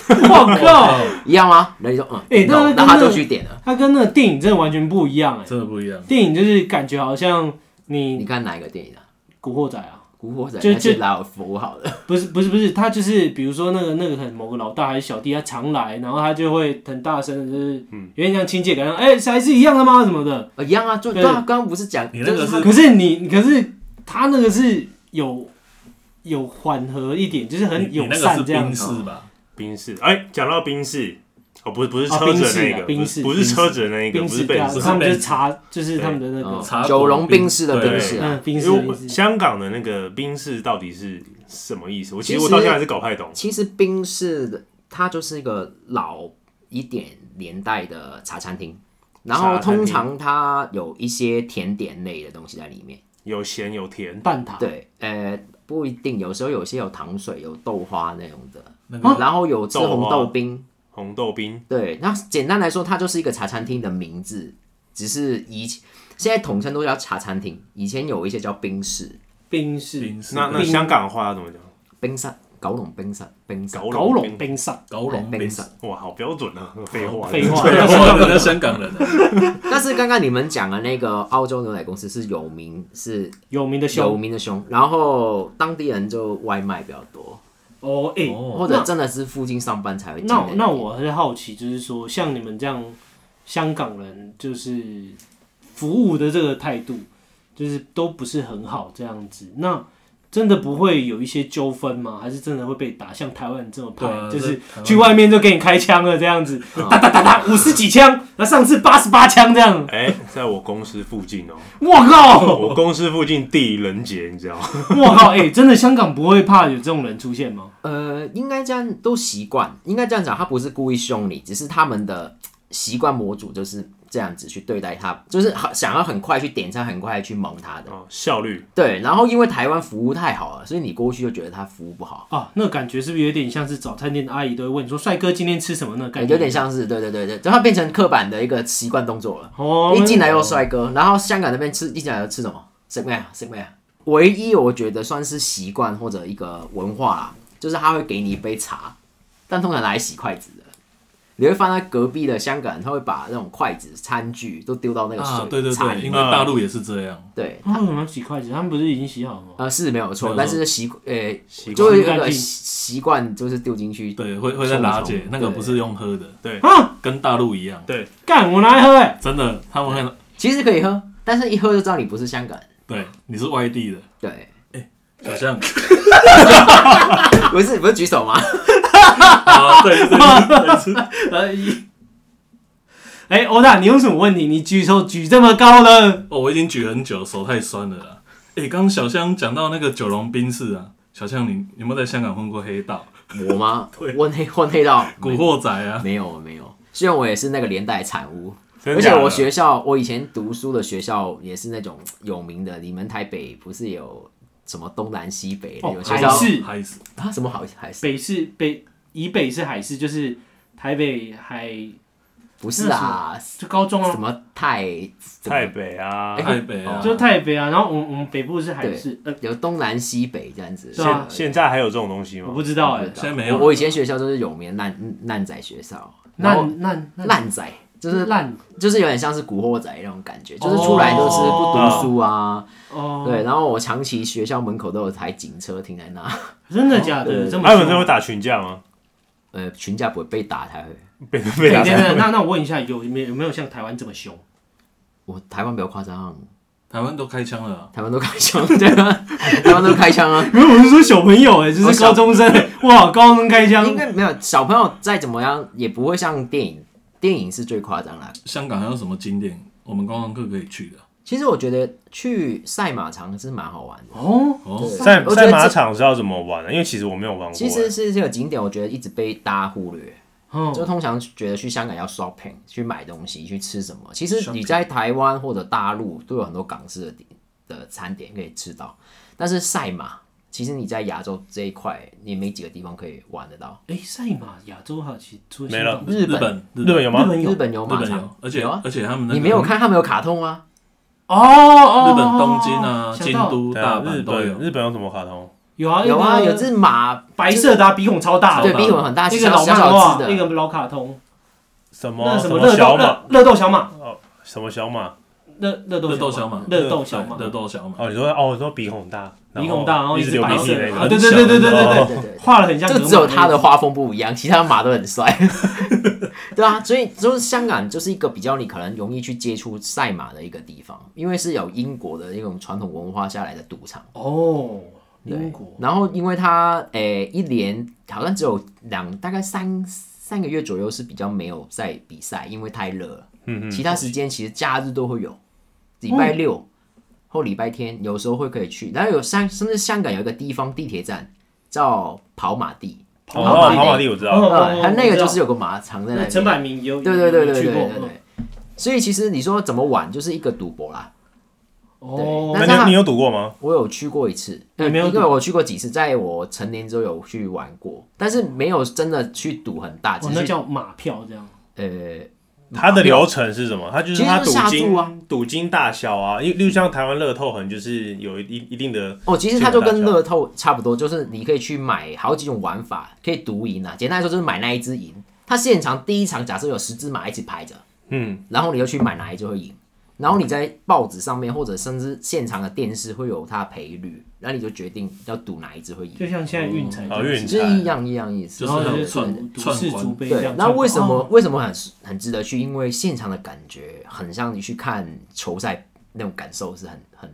Speaker 3: 我靠，
Speaker 4: 一样吗？然后你说嗯，
Speaker 3: 嗯哎那
Speaker 4: no，
Speaker 3: 那
Speaker 4: 那他
Speaker 3: 那
Speaker 4: 就去点了。
Speaker 3: 他跟那个电影真的完全不一样哎、
Speaker 1: 真的不一 <laughs> 样。
Speaker 3: 电影就是感觉好像
Speaker 4: 你
Speaker 3: 你
Speaker 4: 看哪一个电影啊？
Speaker 3: 古惑仔啊，
Speaker 4: 古惑仔
Speaker 3: 就
Speaker 4: 还是
Speaker 3: 就
Speaker 4: 拉尔夫好了，
Speaker 3: 不是不是不是，他就是比如说那个那个很某个老大还是小弟，他常来，然后他就会很大声的，就是有点像亲切感，哎、还是一样的吗？什么的。
Speaker 4: 呃一样啊，就
Speaker 3: 对
Speaker 4: 对啊，刚刚不是讲，
Speaker 1: 你那个
Speaker 4: 就是是他
Speaker 3: 可是你可是他那个是有有缓和一点，就是很
Speaker 1: 你你
Speaker 3: 友
Speaker 1: 那个是
Speaker 3: 善这样哦
Speaker 1: 冰
Speaker 3: 子。
Speaker 1: 室吧？
Speaker 2: 冰室，哎，讲到冰室，哦，不是不是
Speaker 3: 哦
Speaker 2: 车子
Speaker 3: 冰
Speaker 2: 的
Speaker 3: 室啊
Speaker 2: 那个，
Speaker 3: 冰
Speaker 2: 不
Speaker 3: 室
Speaker 2: 是不是车子的那个，
Speaker 3: 冰
Speaker 2: 不
Speaker 3: 室
Speaker 2: 是
Speaker 3: 对
Speaker 2: 被
Speaker 3: 啊，
Speaker 1: 不是
Speaker 3: 他们就
Speaker 1: 被
Speaker 3: 是茶，就是他们的那
Speaker 4: 哦
Speaker 3: 个
Speaker 1: 茶
Speaker 4: 九
Speaker 1: 果
Speaker 4: 龙
Speaker 1: 冰
Speaker 4: 冰室的
Speaker 1: 对
Speaker 4: 冰室啊，
Speaker 3: 嗯冰室
Speaker 2: 因为我
Speaker 3: 冰室
Speaker 2: 香港的那个冰室到底是什么意思？我其实
Speaker 4: 其
Speaker 2: 我
Speaker 4: 实
Speaker 2: 到现在还是搞不太懂。
Speaker 4: 其实冰室的它就是一个老一点年代的茶餐厅，然后
Speaker 2: 茶餐厅
Speaker 4: 通常它有一些甜点类的东西在里面。
Speaker 2: 有咸有甜，
Speaker 3: 半塔。
Speaker 4: 对，呃，不一定，有时候有些有糖水、有豆花那种的，哦
Speaker 1: 那个
Speaker 3: 啊
Speaker 4: 然后有吃红
Speaker 2: 豆花
Speaker 4: 豆冰。
Speaker 2: 红豆冰，
Speaker 4: 对，那简单来说，它就是一个茶餐厅的名字，只是以前现在统称都叫茶餐厅，以前有一些叫冰室、
Speaker 3: 冰室，
Speaker 1: 冰室
Speaker 2: 那那
Speaker 3: 冰
Speaker 2: 香港话要怎么讲？
Speaker 4: 冰山、搞懂冰山冰山，
Speaker 2: 搞
Speaker 3: 搞
Speaker 2: 龙
Speaker 3: 拢冰上，
Speaker 1: 高龙
Speaker 4: 哎
Speaker 1: 杯
Speaker 4: 冰
Speaker 1: 子
Speaker 4: 上。
Speaker 2: 哇，好标准啊！废话，<laughs>
Speaker 3: 废话
Speaker 1: 对啊，香港人，香港人啊，
Speaker 4: <laughs> 但是刚刚你们讲的那个澳洲牛奶公司是有名是
Speaker 3: <laughs> 有名的
Speaker 4: 有
Speaker 3: 熊
Speaker 4: 名的凶，然后当地人就外卖比较多，
Speaker 3: 哦，哎、
Speaker 1: 哦
Speaker 4: 或者真的是附近上班才会进
Speaker 3: 那
Speaker 4: 的
Speaker 3: 那我很好奇，就是说，像你们这样香港人，就是服务的这个态度，就是都不是很好这样子。那真的不会有一些纠纷吗？还是真的会被打？像台湾人这么派，
Speaker 1: 对啊
Speaker 3: 就是
Speaker 1: 在台湾
Speaker 3: 去外面就给你开枪了这样子，
Speaker 4: 啊
Speaker 3: 哒哒哒哒，五十几枪，那上次八十八枪这样，
Speaker 2: 哎、在我公司附近哦、
Speaker 3: 我靠，
Speaker 2: 我公司附近地人杰，你知道吗？
Speaker 3: 我靠，哎、真的香港不会怕有这种人出现吗？
Speaker 4: 呃，应该这样都习惯，应该这样讲，他不是故意凶你，只是他们的习惯模组就是这样子去对待他，就是很想要很快去点餐，很快去蒙他的。
Speaker 2: 哦，效率
Speaker 4: 对，然后因为台湾服务太好了，所以你过去就觉得他服务不好，
Speaker 3: 啊，那感觉是不是有点像是早餐店的阿姨都会问你说：“帅哥今天吃什么呢？”感觉
Speaker 4: 有点像是对对对对，就他变成刻板的一个习惯动作了。
Speaker 3: 哦，
Speaker 4: 一进来有帅哥，然后香港那边吃一进来有吃什么？什么呀？什么呀？唯一我觉得算是习惯或者一个文化啦，就是他会给你一杯茶，但通常拿来洗筷子的。你会放在隔壁的香港人，他会把那种筷子、餐具都丢到那个水、
Speaker 1: 啊，对对
Speaker 4: 茶
Speaker 1: 对，
Speaker 4: 里
Speaker 1: 因为
Speaker 4: 面。
Speaker 1: 大陆也是这样，
Speaker 4: 对，
Speaker 3: 他为什么要洗筷子？他们不是已经洗好了吗？
Speaker 4: 呃，是没有错，
Speaker 1: 没有错
Speaker 4: 但是习呃，
Speaker 2: 习
Speaker 4: 就
Speaker 2: 惯
Speaker 4: 会有
Speaker 3: 习惯
Speaker 4: 一
Speaker 3: 性
Speaker 4: 个习惯，就是丢进去。
Speaker 1: 对，会会在拉姐
Speaker 4: 冲
Speaker 1: 那个
Speaker 4: 对
Speaker 1: 不是用喝的，
Speaker 3: 啊，
Speaker 1: 跟大陆一样，
Speaker 2: 对，
Speaker 3: 干，我拿来喝哎、
Speaker 1: 真的，他们会
Speaker 4: 其实可以喝，但是一喝就知道你不是香港人。
Speaker 1: 对，你是外地的， <laughs>
Speaker 4: 对，
Speaker 1: 小
Speaker 3: <laughs>
Speaker 1: 象
Speaker 4: 不是不是举手吗？
Speaker 1: 啊，对对对，对
Speaker 3: 呃，一哎，欧大，你有什么问题？你举手举这么高了？
Speaker 1: 哦，我已经举很久，手太酸了啦。哎，刚刚小象讲到那个九龙冰室啊，小象你你有没有在香港混过黑道、
Speaker 4: 我吗
Speaker 1: 对？
Speaker 4: 混黑混黑道，
Speaker 1: 古惑仔 <laughs> 啊？
Speaker 4: 没有没有，虽然我也是那个年代产物，
Speaker 2: 真
Speaker 4: 而
Speaker 2: 假
Speaker 4: 且
Speaker 2: 的
Speaker 4: 我学校，我以前读书的学校也是那种有名的。你们台北不是有什么东南西北的？
Speaker 3: 哦
Speaker 4: 有学
Speaker 3: 海
Speaker 4: 校
Speaker 3: 事是
Speaker 1: 还是
Speaker 4: 啊？什么好还是
Speaker 3: 北是北，以北是海事，就是台北海，
Speaker 4: 不是啊？
Speaker 3: 就高中
Speaker 4: 什
Speaker 3: 啊，
Speaker 4: 么太
Speaker 2: 太北啊，
Speaker 4: 哎
Speaker 1: 台北啊？
Speaker 3: 就台北啊。然后我们我们北部是海事，呃，
Speaker 4: 有东南西北这样子？
Speaker 3: 是啊
Speaker 2: 现现在还有这种东西
Speaker 3: 我
Speaker 2: 吗？
Speaker 3: 不知道哎、
Speaker 4: 不知道
Speaker 1: 现在没有
Speaker 4: 我我以前学校就是有名的烂烂仔学校，然后
Speaker 3: 烂烂
Speaker 4: 烂仔就是
Speaker 3: 烂
Speaker 4: 就是有点像是古惑仔那种感觉，就是出来都是不读书啊。
Speaker 3: 哦，
Speaker 4: 对，然后我长期学校门口都有台警车停在那，
Speaker 3: 哎真的假的？
Speaker 4: 对
Speaker 3: 这么
Speaker 2: 啊还有人在
Speaker 3: 凶啊
Speaker 2: 会打群架吗？ <laughs>
Speaker 4: 呃，群架不会被打才会。
Speaker 2: 被
Speaker 3: 对
Speaker 2: 被
Speaker 3: 对
Speaker 2: 打
Speaker 3: 对，对那那我问一下，有没有有没有像台湾这么凶？
Speaker 4: 我台湾比较夸张，
Speaker 1: 台湾都开枪了啊，
Speaker 4: 台湾都开枪，对啊， <laughs> 台湾都开
Speaker 3: <laughs>
Speaker 4: 枪啊。
Speaker 3: 没有，我是说小朋友哎、就是
Speaker 4: 高
Speaker 3: 中生、哇，高中开
Speaker 4: 应该没有小朋友再怎么样也不会像电影，电影是最夸张啦。
Speaker 1: 香港还有什么景点我们观光客可以去的？
Speaker 4: 其实我觉得去赛马场是蛮好玩的。
Speaker 3: 哦，
Speaker 1: 哦，
Speaker 2: 赛
Speaker 4: 我觉得
Speaker 2: 赛马
Speaker 4: 这
Speaker 2: 场是要怎么玩的？因为其实我没有玩过。欸
Speaker 4: 其实是这个景点，我觉得一直被大家忽略。
Speaker 3: 嗯，
Speaker 4: 就通常觉得去香港要 shopping，去买东西，去吃什么。其实你在台湾或者大陆都有很多港式的点的餐点可以吃到，但是赛马，其实你在亚洲这一块，你没几个地方可以玩得到。
Speaker 3: 哎、赛马亚洲哈，其实除了
Speaker 2: 没
Speaker 3: 香
Speaker 2: 了
Speaker 3: 港
Speaker 4: 日本
Speaker 1: 本日
Speaker 2: 日本有吗？
Speaker 3: 本
Speaker 4: 日本有
Speaker 1: 日
Speaker 4: 马
Speaker 1: 本
Speaker 4: 场
Speaker 1: 有，，而且
Speaker 4: 有啊。
Speaker 1: 而且他们那个
Speaker 4: 你没有看他们有卡通啊吗？
Speaker 3: 哦哦，
Speaker 1: 日本东京啊、
Speaker 3: 想
Speaker 1: 京
Speaker 3: 到
Speaker 1: 都、
Speaker 2: 对啊
Speaker 1: 大
Speaker 2: 日
Speaker 1: 阪都
Speaker 2: 本
Speaker 1: 有。
Speaker 2: 日本有什么卡通？
Speaker 3: 有啊
Speaker 4: 有啊，
Speaker 3: 那个
Speaker 4: 有只马，
Speaker 3: 白色的、啊，鼻孔超大，
Speaker 4: 对，
Speaker 1: 大
Speaker 4: 鼻孔很大，
Speaker 3: 那
Speaker 4: 小
Speaker 3: 个老
Speaker 4: 小
Speaker 3: 漫
Speaker 4: 小
Speaker 3: 画，
Speaker 4: 只
Speaker 3: 那
Speaker 4: 的。
Speaker 3: 个老卡通，
Speaker 2: 什么
Speaker 3: 那什么
Speaker 2: 么
Speaker 3: 热
Speaker 2: 小
Speaker 3: 豆
Speaker 2: 马？
Speaker 3: 热热豆小马，
Speaker 2: 什么小马？
Speaker 3: 热热
Speaker 1: 热
Speaker 3: 豆
Speaker 1: 豆小马
Speaker 3: 热豆小马，
Speaker 1: 热豆小马，
Speaker 2: 哦，你说哦，你说鼻孔大，
Speaker 3: 鼻孔大，然后
Speaker 2: 一
Speaker 3: 一
Speaker 2: 直
Speaker 3: 只
Speaker 2: 流
Speaker 3: 白
Speaker 2: 鼻
Speaker 3: 色
Speaker 2: 涕
Speaker 3: 的
Speaker 2: 那
Speaker 3: 啊，
Speaker 2: 个。哦
Speaker 3: 对对对对对
Speaker 4: 对
Speaker 3: 对
Speaker 4: 对对
Speaker 3: 对，，画的很像
Speaker 4: 这
Speaker 3: 河
Speaker 4: 个
Speaker 3: 马，
Speaker 4: 只有他的画风不一样，其他马都很帅。对啊，所以就是香港就是一个比较你可能容易去接触赛马的一个地方，因为是有英国的那种传统文化下来的赌场。
Speaker 3: 哦，
Speaker 4: 对
Speaker 3: 英国，
Speaker 4: 然后因为它诶、一年好像只有两大概三三个月左右是比较没有在比赛，因为太热了。
Speaker 2: 嗯嗯，
Speaker 4: 其他时间其实假日都会有，礼拜六或礼拜天有时候会可以去。然后有香，甚至香港有一个地方地铁站叫跑马地，
Speaker 2: 哦，
Speaker 3: 跑马地
Speaker 2: 跑马地我知道，
Speaker 3: 哦
Speaker 4: 呃，它那个就
Speaker 3: 我知
Speaker 4: 是有个马场在
Speaker 3: 道
Speaker 4: 那
Speaker 3: 那陈百
Speaker 4: 里。
Speaker 3: 明有
Speaker 4: 对对对对
Speaker 3: 有去
Speaker 4: 对
Speaker 3: 过嗯
Speaker 4: 对对。所以其实你说怎么玩，就是一个赌博啦。
Speaker 3: 哦，
Speaker 4: 对
Speaker 2: 那
Speaker 4: 但是
Speaker 2: 你
Speaker 4: 它
Speaker 2: 你有赌过吗？
Speaker 4: 我有去过一次，呃
Speaker 3: 你没有
Speaker 4: 因为
Speaker 3: 赌
Speaker 4: 我去过几次，在我成年之后有去玩过，但是没有真的去赌很大，
Speaker 3: 哦
Speaker 4: 只
Speaker 3: 那
Speaker 4: 是
Speaker 3: 叫马票这样，
Speaker 4: 呃
Speaker 2: 它的流程是什么？它就是
Speaker 4: 其实
Speaker 2: 它
Speaker 4: 就是
Speaker 2: 赌
Speaker 4: 下注啊
Speaker 2: 金赌金大小啊，因为例如像台湾乐透很就是有一一定的
Speaker 4: 哦，其实它就跟
Speaker 2: 基本大小
Speaker 4: 乐透差不多，就是你可以去买好几种玩法，可以独赢啊。简单来说就是买那一只赢。它现场第一场假设有十只马一起排着，
Speaker 2: 嗯，
Speaker 4: 然后你就去买哪一只会赢，然后你在报纸上面或者甚至现场的电视会有它的赔率，然后你就决定要赌哪一只会
Speaker 3: 就
Speaker 4: 赢，
Speaker 3: 像现在运彩
Speaker 2: 哦
Speaker 3: 这样子
Speaker 2: 运
Speaker 4: 是一样一样意思。哦
Speaker 1: 就
Speaker 3: 然
Speaker 1: 是
Speaker 3: 后就
Speaker 1: 那种
Speaker 3: 是串
Speaker 1: 串
Speaker 3: 赌
Speaker 1: 串
Speaker 3: 氏族
Speaker 1: 关，
Speaker 3: 杯这
Speaker 4: 对
Speaker 3: 样，。
Speaker 4: 那为什么、
Speaker 3: 哦？
Speaker 4: 为什么很很值得去？因为现场的感觉很像你去看球赛那种感受是很很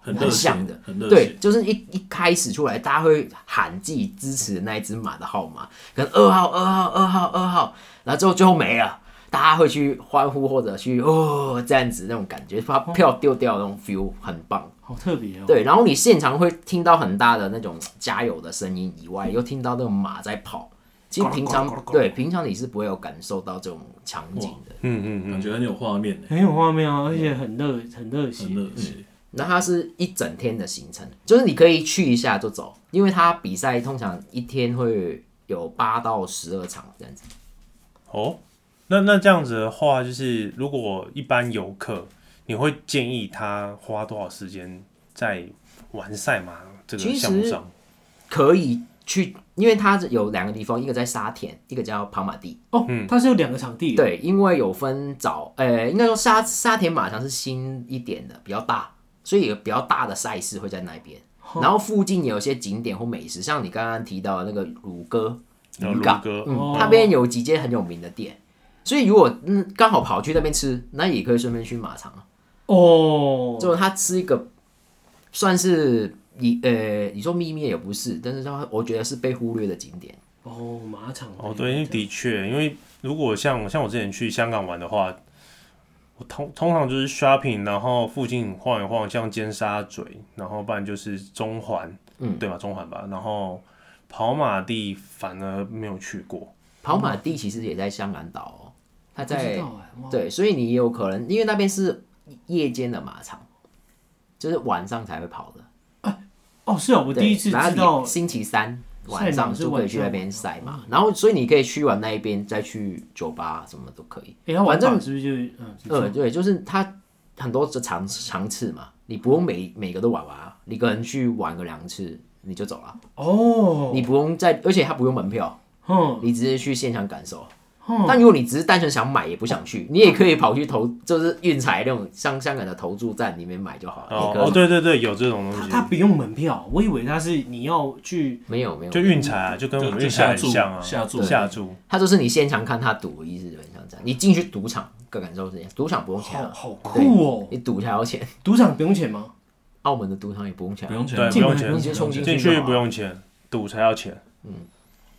Speaker 1: 很热
Speaker 4: 很
Speaker 1: 血
Speaker 4: 像的，
Speaker 1: 很热
Speaker 4: 对
Speaker 1: 血，，
Speaker 4: 就是一一开始出来，大家会喊自己支持的那一只马的号码，可能二号、二号、二号、二号，然后最后最后没了，大家会去欢呼或者去哦这样子那种感觉，把票丢掉的那种 feel 很棒。
Speaker 3: 好特别哦。
Speaker 4: 对，然后你现场会听到很大的那种加油的声音以外，又听到那种马在跑。其实平常对平常你是不会有感受到这种场景的。
Speaker 2: 嗯
Speaker 1: 感觉很有画面诶，
Speaker 3: 很有画面啊，而且很热，很热血
Speaker 1: 很。热
Speaker 2: 嗯
Speaker 1: 血。
Speaker 4: 那它是一整天的行程，就是你可以去一下就走，因为它比赛通常一天会有八到十二场这样子。
Speaker 2: 哦，那那这样子的话，就是如果一般游客，你会建议他花多少时间在玩赛马这个
Speaker 4: 其实
Speaker 2: 项目上？
Speaker 4: 可以去，因为它有两个地方，一个在沙田，一个叫跑马地。
Speaker 3: 哦，
Speaker 2: 嗯
Speaker 3: 它是有两个场地，，
Speaker 4: 对，因为有分早，呃，应该说沙沙田马场是新一点的，比较大，所以有比较大的赛事会在那边。然后附近也有些景点或美食，像你刚刚提到的那个乳鸽
Speaker 2: 呃
Speaker 4: 渔港
Speaker 2: 如，歌
Speaker 4: 嗯
Speaker 3: 哦，
Speaker 4: 那边有几间很有名的店，所以如果嗯刚好跑去那边吃，那也可以顺便去马场。啊
Speaker 3: 哦，
Speaker 4: 就他吃一个算是你呃，你说秘密也不是，但是他我觉得是被忽略的景点。
Speaker 3: 哦，马场
Speaker 2: 哦，对，因为的确，因为如果像像我之前去香港玩的话，我通通常就是 shopping，然后附近晃一晃，像尖沙咀，然后不然就是中环，嗯，对吧？中环吧，然后跑马地反而没有去过，
Speaker 4: 跑马地其实也在香港岛哦，他
Speaker 3: 不知
Speaker 4: 在
Speaker 3: 道哎，哇，
Speaker 4: 对，所以你也有可能因为那边是夜间的马场，就是晚上才会跑的。
Speaker 3: 哦，是哦，我
Speaker 4: 对
Speaker 3: 第一次
Speaker 4: 然后
Speaker 3: 知
Speaker 4: 你
Speaker 3: 道，
Speaker 4: 星期三晚
Speaker 3: 赛
Speaker 4: 上
Speaker 3: 马是
Speaker 4: 就可以去
Speaker 3: 晚上
Speaker 4: 那边赛马，然后所以你可以去完那一边再去酒吧什么都可以。
Speaker 3: 哎，它玩
Speaker 4: 反正
Speaker 3: 法是不是就嗯你说
Speaker 4: 呃，对，就是它很多的场场次嘛，你不用每每个都玩完啊，你可能去玩个两次你就走了。
Speaker 3: 哦，
Speaker 4: 你不用再，而且它不用门票，
Speaker 3: 嗯，
Speaker 4: 你直接去现场感受。但如果你只是单纯想买，也不想去，你也可以跑去投，就是运彩那种像香港的投注站里面买就好了。
Speaker 2: 哦
Speaker 4: 也可以
Speaker 2: 哦，对对对，有这种东
Speaker 3: 它
Speaker 2: 西，
Speaker 3: 它不用门票，我以为它是你要去
Speaker 4: 没有没有
Speaker 2: 就，运彩啊，就跟我们
Speaker 1: 就
Speaker 2: 运
Speaker 1: 就下
Speaker 2: 彩很
Speaker 1: 注
Speaker 2: 像啊，
Speaker 1: 下注
Speaker 2: 下注，
Speaker 4: 它就是你现场看他赌的意思，基本上这样。你进去赌场个感受是一样，赌场不用钱
Speaker 3: 好
Speaker 4: 啊，
Speaker 3: 好
Speaker 4: 对
Speaker 3: 酷哦，
Speaker 4: 你赌才要钱，
Speaker 3: 赌场不用钱吗？
Speaker 4: 澳门的赌场也不用钱
Speaker 1: 不
Speaker 4: 啊。
Speaker 1: 用钱
Speaker 2: 对，，不
Speaker 3: 进
Speaker 2: 用
Speaker 3: 来
Speaker 2: 钱
Speaker 4: 你，就冲进
Speaker 2: 进
Speaker 4: 去
Speaker 2: 去
Speaker 4: 就好啊
Speaker 2: 不用钱，赌才要钱。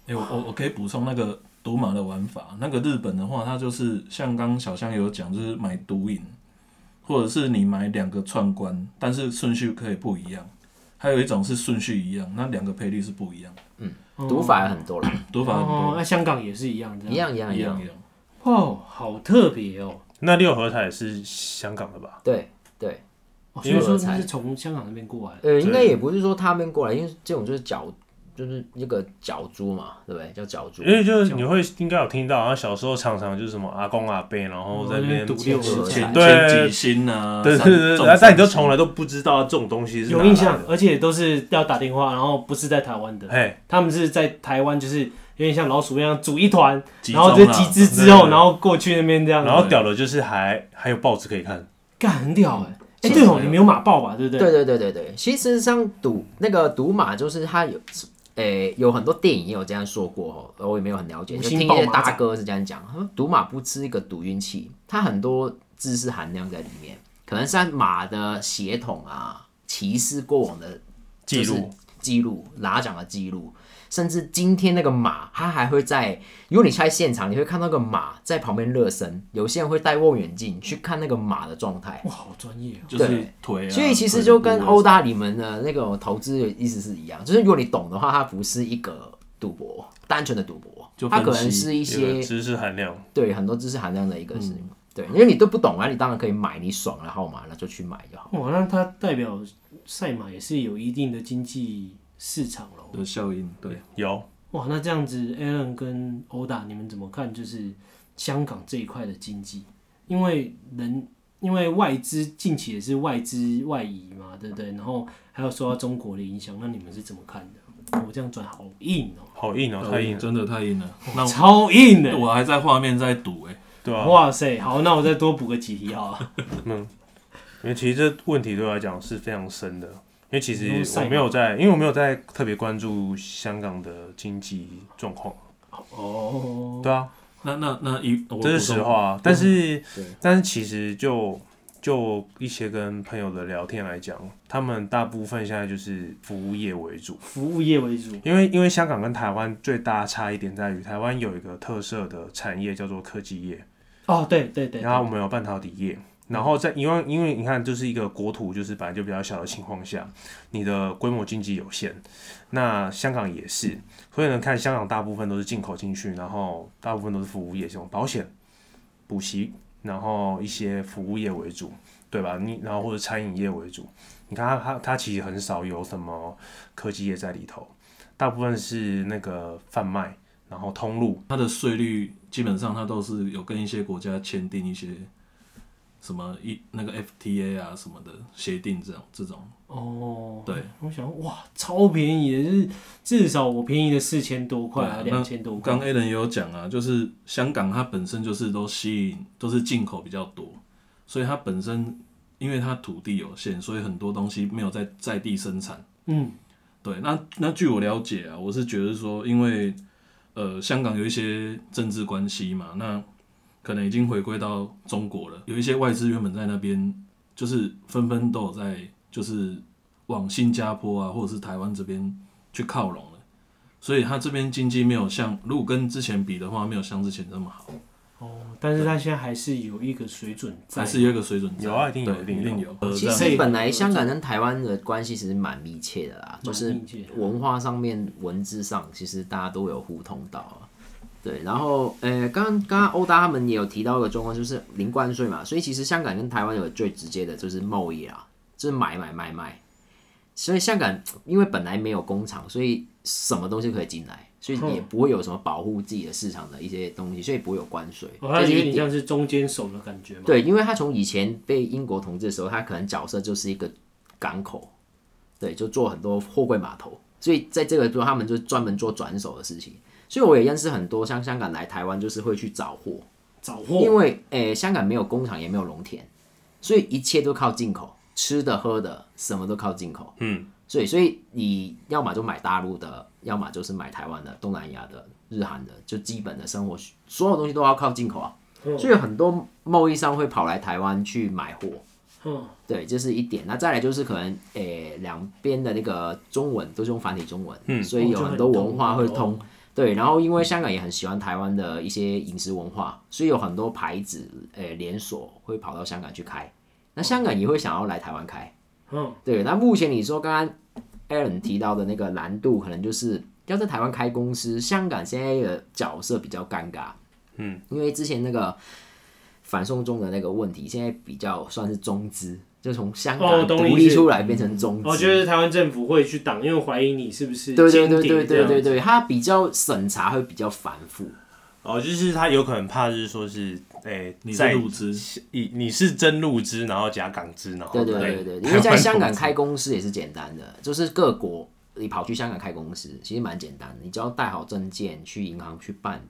Speaker 1: 哎、我我我可以补充那个赌马的玩法。那个日本的话，它就是像刚刚小香有讲，就是买赌瘾，或者是你买两个串关，但是顺序可以不一样。还有一种是顺序一样，那两个赔率是不一样，
Speaker 4: 赌法有很多啦，
Speaker 1: 赌法很
Speaker 3: 嗯哦，
Speaker 1: 多，
Speaker 3: 那香港也嗯是一样这
Speaker 4: 一样一样
Speaker 1: 一
Speaker 4: 一
Speaker 1: 样
Speaker 4: 样
Speaker 1: 一。样。
Speaker 3: 哦，好特别哦，
Speaker 2: 那六合彩是香港的吧？
Speaker 4: 对对，
Speaker 3: 哦所
Speaker 4: 因为
Speaker 3: 以说
Speaker 4: 我
Speaker 3: 它
Speaker 4: 才
Speaker 3: 是从香港那边过来的，
Speaker 4: 呃，应该也不是说他们过来，因为这种就是角，就是那个角珠嘛，对不对？叫角珠
Speaker 2: 因。为就是你会应该有听到，然后小时候常常就是什么阿公阿伯，然后在那边啊
Speaker 3: 哦赌六
Speaker 4: 合
Speaker 3: 十
Speaker 4: 彩
Speaker 1: 前
Speaker 4: 对
Speaker 1: 前几星啊，
Speaker 2: 对对
Speaker 1: 三
Speaker 2: 对
Speaker 1: 中
Speaker 2: 对，但你就
Speaker 1: 三
Speaker 2: 从来都不知道这种东西是
Speaker 3: 有
Speaker 2: 哪来
Speaker 3: 印
Speaker 2: 的
Speaker 3: 象，，呃而且都是要打电话，然后不是在台湾的，
Speaker 2: 哎，
Speaker 3: 他们是在台湾，就是有点像老鼠一样组一团，
Speaker 1: 集
Speaker 3: 然
Speaker 1: 中啊
Speaker 3: 后就集资之
Speaker 2: 对对
Speaker 3: 后，
Speaker 2: 对
Speaker 3: 然后过去那边这样，
Speaker 2: 然后屌的就是还还有报纸可以看，
Speaker 3: 干很屌哎、哎、
Speaker 1: 是
Speaker 3: 对
Speaker 1: 没
Speaker 3: 哦，
Speaker 1: 有
Speaker 3: 你没有马报吧？对不对？
Speaker 4: 对对对对对，其实像赌那个赌马，就是它有，诶、有很多电影也有这样说过哦，我也没有很了解，
Speaker 3: 五
Speaker 4: 就
Speaker 3: 星
Speaker 4: 听一
Speaker 3: 爆
Speaker 4: 些
Speaker 3: 马
Speaker 4: 大
Speaker 3: 仔
Speaker 4: 哥是这样讲，他说赌马不是一个赌运气，它很多知识含量在里面，可能像马的血统啊、骑士过往的
Speaker 2: 记录、
Speaker 4: 就是记录、拿奖的记录，甚至今天那个马，它还会在，如果你在现场，你会看到个马在旁边热身，有些人会戴望远镜去看那个马的状态。
Speaker 3: 哇，好专业、哦。
Speaker 1: 就是
Speaker 4: 对
Speaker 1: 腿啊，
Speaker 4: 所以其实
Speaker 1: 腿
Speaker 4: 就
Speaker 1: 部
Speaker 4: 跟
Speaker 1: 啊
Speaker 4: 欧大你们的那种投资的意思是一样，就是如果你懂的话，它不是一个赌博，单纯的赌
Speaker 1: 就分
Speaker 4: 博，它
Speaker 1: 析
Speaker 4: 可能是一
Speaker 2: 有
Speaker 4: 些
Speaker 2: 知识含量。
Speaker 4: 对很多知识含量的一个事
Speaker 1: 嗯
Speaker 4: 情。对，因为你都不懂啊，你当然可以买你爽的号码，那就去买就好。
Speaker 3: 哇，那它代表赛马也是有一定的经济市场喽。
Speaker 1: 的效应，对，
Speaker 2: 有
Speaker 3: 哇，那这样子，Alan 跟欧达，你们怎么看？就是香港这一块的经济，因为人因为外资近期也是外资外移嘛，对不对？然后还有受到中国的影响，那你们是怎么看的？我这样转好硬哦、
Speaker 2: 好硬哦，太硬了，
Speaker 1: 真的太
Speaker 2: <laughs>
Speaker 1: 硬了。那我
Speaker 3: 超硬的、
Speaker 1: 我还在画面在赌哎、
Speaker 2: 对啊，
Speaker 3: 哇塞，好，那我再多补个几题好了。
Speaker 2: 因为其实这问题对我来讲是非常深的，因为其
Speaker 3: 你说
Speaker 2: 实
Speaker 3: 赛
Speaker 2: 我
Speaker 3: 马
Speaker 2: 没有在，因为我没有在特别关注香港的经济状况，
Speaker 3: 哦，
Speaker 2: 对啊，
Speaker 1: 那那那一，我
Speaker 2: 这是
Speaker 1: 补充
Speaker 2: 实话啊。但是
Speaker 4: 对，
Speaker 2: 但是其实就就一些跟朋友的聊天来讲，他们大部分现在就是服务业为主，
Speaker 3: 服务业为主，
Speaker 2: 因为因为香港跟台湾最大差异点在于，台湾有一个特色的产业叫做科技业，
Speaker 3: 哦，对对对，
Speaker 2: 然后我们有半导体业，然后在因为因为你看，就是一个国土就是本来就比较小的情况下，你的规模经济有限，那香港也是，所以呢，看香港大部分都是进口进去，然后大部分都是服务业，像保险、补习，然后一些服务业为主，对吧？你然后或者餐饮业为主，你看它它它其实很少有什么科技业在里头，大部分是那个贩卖，然后通路。
Speaker 1: 它的税率基本上它都是有跟一些国家签订一些什么一那个 FTA 啊什么的协定这样这种，
Speaker 3: 哦，
Speaker 1: 对，
Speaker 3: 我想哇，超便宜的，就是至少我便宜了四千多块啊，
Speaker 1: 对啊
Speaker 3: 两千多块
Speaker 1: 刚。A 人也有讲啊，就是香港它本身就是都吸引都是进口比较多，所以它本身因为它土地有限，所以很多东西没有在在地生产。
Speaker 3: 嗯，
Speaker 1: 对，那那据我了解啊，我是觉得说，因为呃，香港有一些政治关系嘛，那可能已经回归到中国了。有一些外资原本在那边，就是纷纷都有在，就是往新加坡啊，或者是台湾这边去靠拢了。所以它这边经济没有像，如果跟之前比的话，没有像之前那么好，
Speaker 3: 哦，但是它现在还是有一个水准在
Speaker 1: 还。是有一个水准在。
Speaker 2: 有啊一定有
Speaker 1: 对
Speaker 2: 一定有
Speaker 1: 一定有。呃，这
Speaker 4: 其
Speaker 1: 样
Speaker 4: 实本来香港跟台湾的关系其实蛮密切的啦，就
Speaker 3: 蛮
Speaker 4: 是
Speaker 3: 密切的
Speaker 4: 文化上面、文字上，其实大家都有互通到啊。对，然后呃，刚刚刚欧达他们也有提到一个状况，就是零关税嘛，所以其实香港跟台湾有最直接的就是贸易啊，就是买买卖卖。所以香港因为本来没有工厂，所以什么东西可以进来，所以
Speaker 3: 哦
Speaker 4: 也不会有什么保护自己的市场的一些东西，所以不会有关税。
Speaker 3: 哦，它
Speaker 4: 这是
Speaker 3: 有
Speaker 4: 一
Speaker 3: 点
Speaker 4: 点
Speaker 3: 像是中间手的感觉嘛。
Speaker 4: 对，因为他从以前被英国统治的时候，他可能角色就是一个港口，对，就做很多货柜码头，所以在这个时候他们就专门做转手的事情。所以我也认识很多像香港来台湾，就是会去找货，
Speaker 3: 找货
Speaker 4: 因为诶、呃香港没有工厂，也没有农田，所以一切都靠进口，吃的喝的什么都靠进口。嗯，所以所以你要么就买大陆的，要么就是买台湾的、东南亚的、日韩的，就基本的生活需所有东西都要靠进口啊。所以很多贸易商会跑来台湾去买货。
Speaker 3: 嗯，
Speaker 4: 对，这是一点。那再来就是可能，诶、两边的那个中文都是用繁体中文，嗯，所以有很多哦文化会通。对，然后因为香港也很喜欢台湾的一些饮食文化，所以有很多牌子，诶、连锁会跑到香港去开。那香港也会想要来台湾开。
Speaker 3: 嗯，
Speaker 4: 对。那目前你说刚刚 Aaron 提到的那个难度，可能就是要在台湾开公司，香港现在的角色比较尴尬。嗯，因为之前那个反送中的那个问题，现在比较算是中资，就从香
Speaker 3: 哦
Speaker 4: 港
Speaker 3: 懂
Speaker 4: 独
Speaker 3: 你意
Speaker 4: 立
Speaker 3: 思嗯
Speaker 4: 出来变成中资。
Speaker 3: 我觉得哦台湾政府会去挡，因为怀疑你是不是
Speaker 4: 对对
Speaker 3: 间
Speaker 4: 对
Speaker 3: 谍
Speaker 4: 对
Speaker 3: 这样
Speaker 4: 对对对，它比较审查会比较繁复。
Speaker 2: 哦，就是他有可能怕，就是说是，诶、
Speaker 1: 你
Speaker 2: 在
Speaker 1: 是入资，
Speaker 2: 你你是真入资，然后假港资，然后
Speaker 3: 哦
Speaker 4: 对对
Speaker 2: 来
Speaker 4: 对对，
Speaker 3: <laughs>
Speaker 2: 台
Speaker 4: 因为在
Speaker 2: 湾
Speaker 4: 香港
Speaker 2: 投资
Speaker 4: 开公司也是简单的，就是各国你跑去香港开公司，其实蛮简单的，你只要带好证件去银行去办，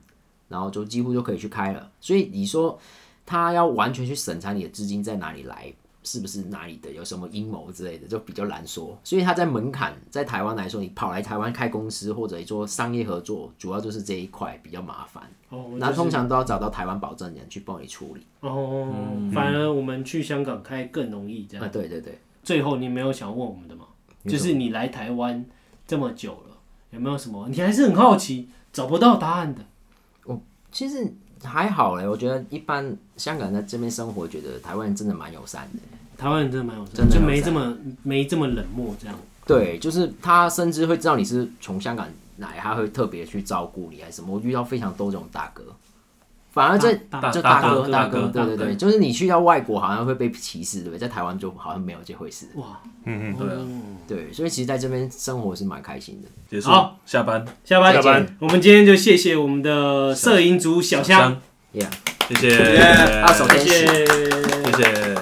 Speaker 4: 然后就几乎就可以去开了。所以你说他要完全去审查你的资金在哪里来，是不是哪里的有什么阴谋之类的，就比较难说。所以他在门槛在台湾来说，你跑来台湾开公司或者做商业合作，主要就是这一块比较麻烦，
Speaker 3: 哦，我
Speaker 4: 那
Speaker 3: 就是
Speaker 4: 通常都要找到台湾保证人去帮你处理。
Speaker 3: 哦，反而我们去香港开更容易这样。
Speaker 4: 啊，对对对。
Speaker 3: 最后，你没有想问我们的吗？
Speaker 4: 有
Speaker 3: 就
Speaker 4: 什么
Speaker 3: 是你来台湾这么久了，有没有什么你还是很好奇找不到答案的？
Speaker 4: 其实还好欸嘞，我觉得一般香港人在这边生活，觉得台湾人真的蛮友善的。
Speaker 3: 台湾人真的蛮有趣，
Speaker 4: 真的
Speaker 3: 就
Speaker 4: 有
Speaker 3: 没
Speaker 4: 才
Speaker 3: 这么没这么冷漠这样。
Speaker 4: 对，就是他甚至会知道你是从香港来，他会特别去照顾你还是什么。我遇到非常多这种大哥，反而在
Speaker 3: 大
Speaker 1: 大
Speaker 4: 就
Speaker 1: 大
Speaker 4: 哥
Speaker 1: 哥
Speaker 4: 大
Speaker 1: 大哥
Speaker 4: 对对
Speaker 1: 大哥
Speaker 4: 对，就是你去到外国好像会被歧视，对不对？在台湾就好像没有这回事。
Speaker 3: 哇，
Speaker 2: 嗯
Speaker 3: 嗯
Speaker 1: 对啊
Speaker 4: 对，所以其实在这边生活是蛮开心的。
Speaker 1: 结束
Speaker 3: 好
Speaker 1: 下班，
Speaker 3: 下班
Speaker 2: 下班
Speaker 3: 我们今天就谢谢我们的摄影组小香，
Speaker 1: ，Yeah，
Speaker 3: 谢谢，
Speaker 4: Yeah，
Speaker 1: 二手天使
Speaker 3: 谢谢。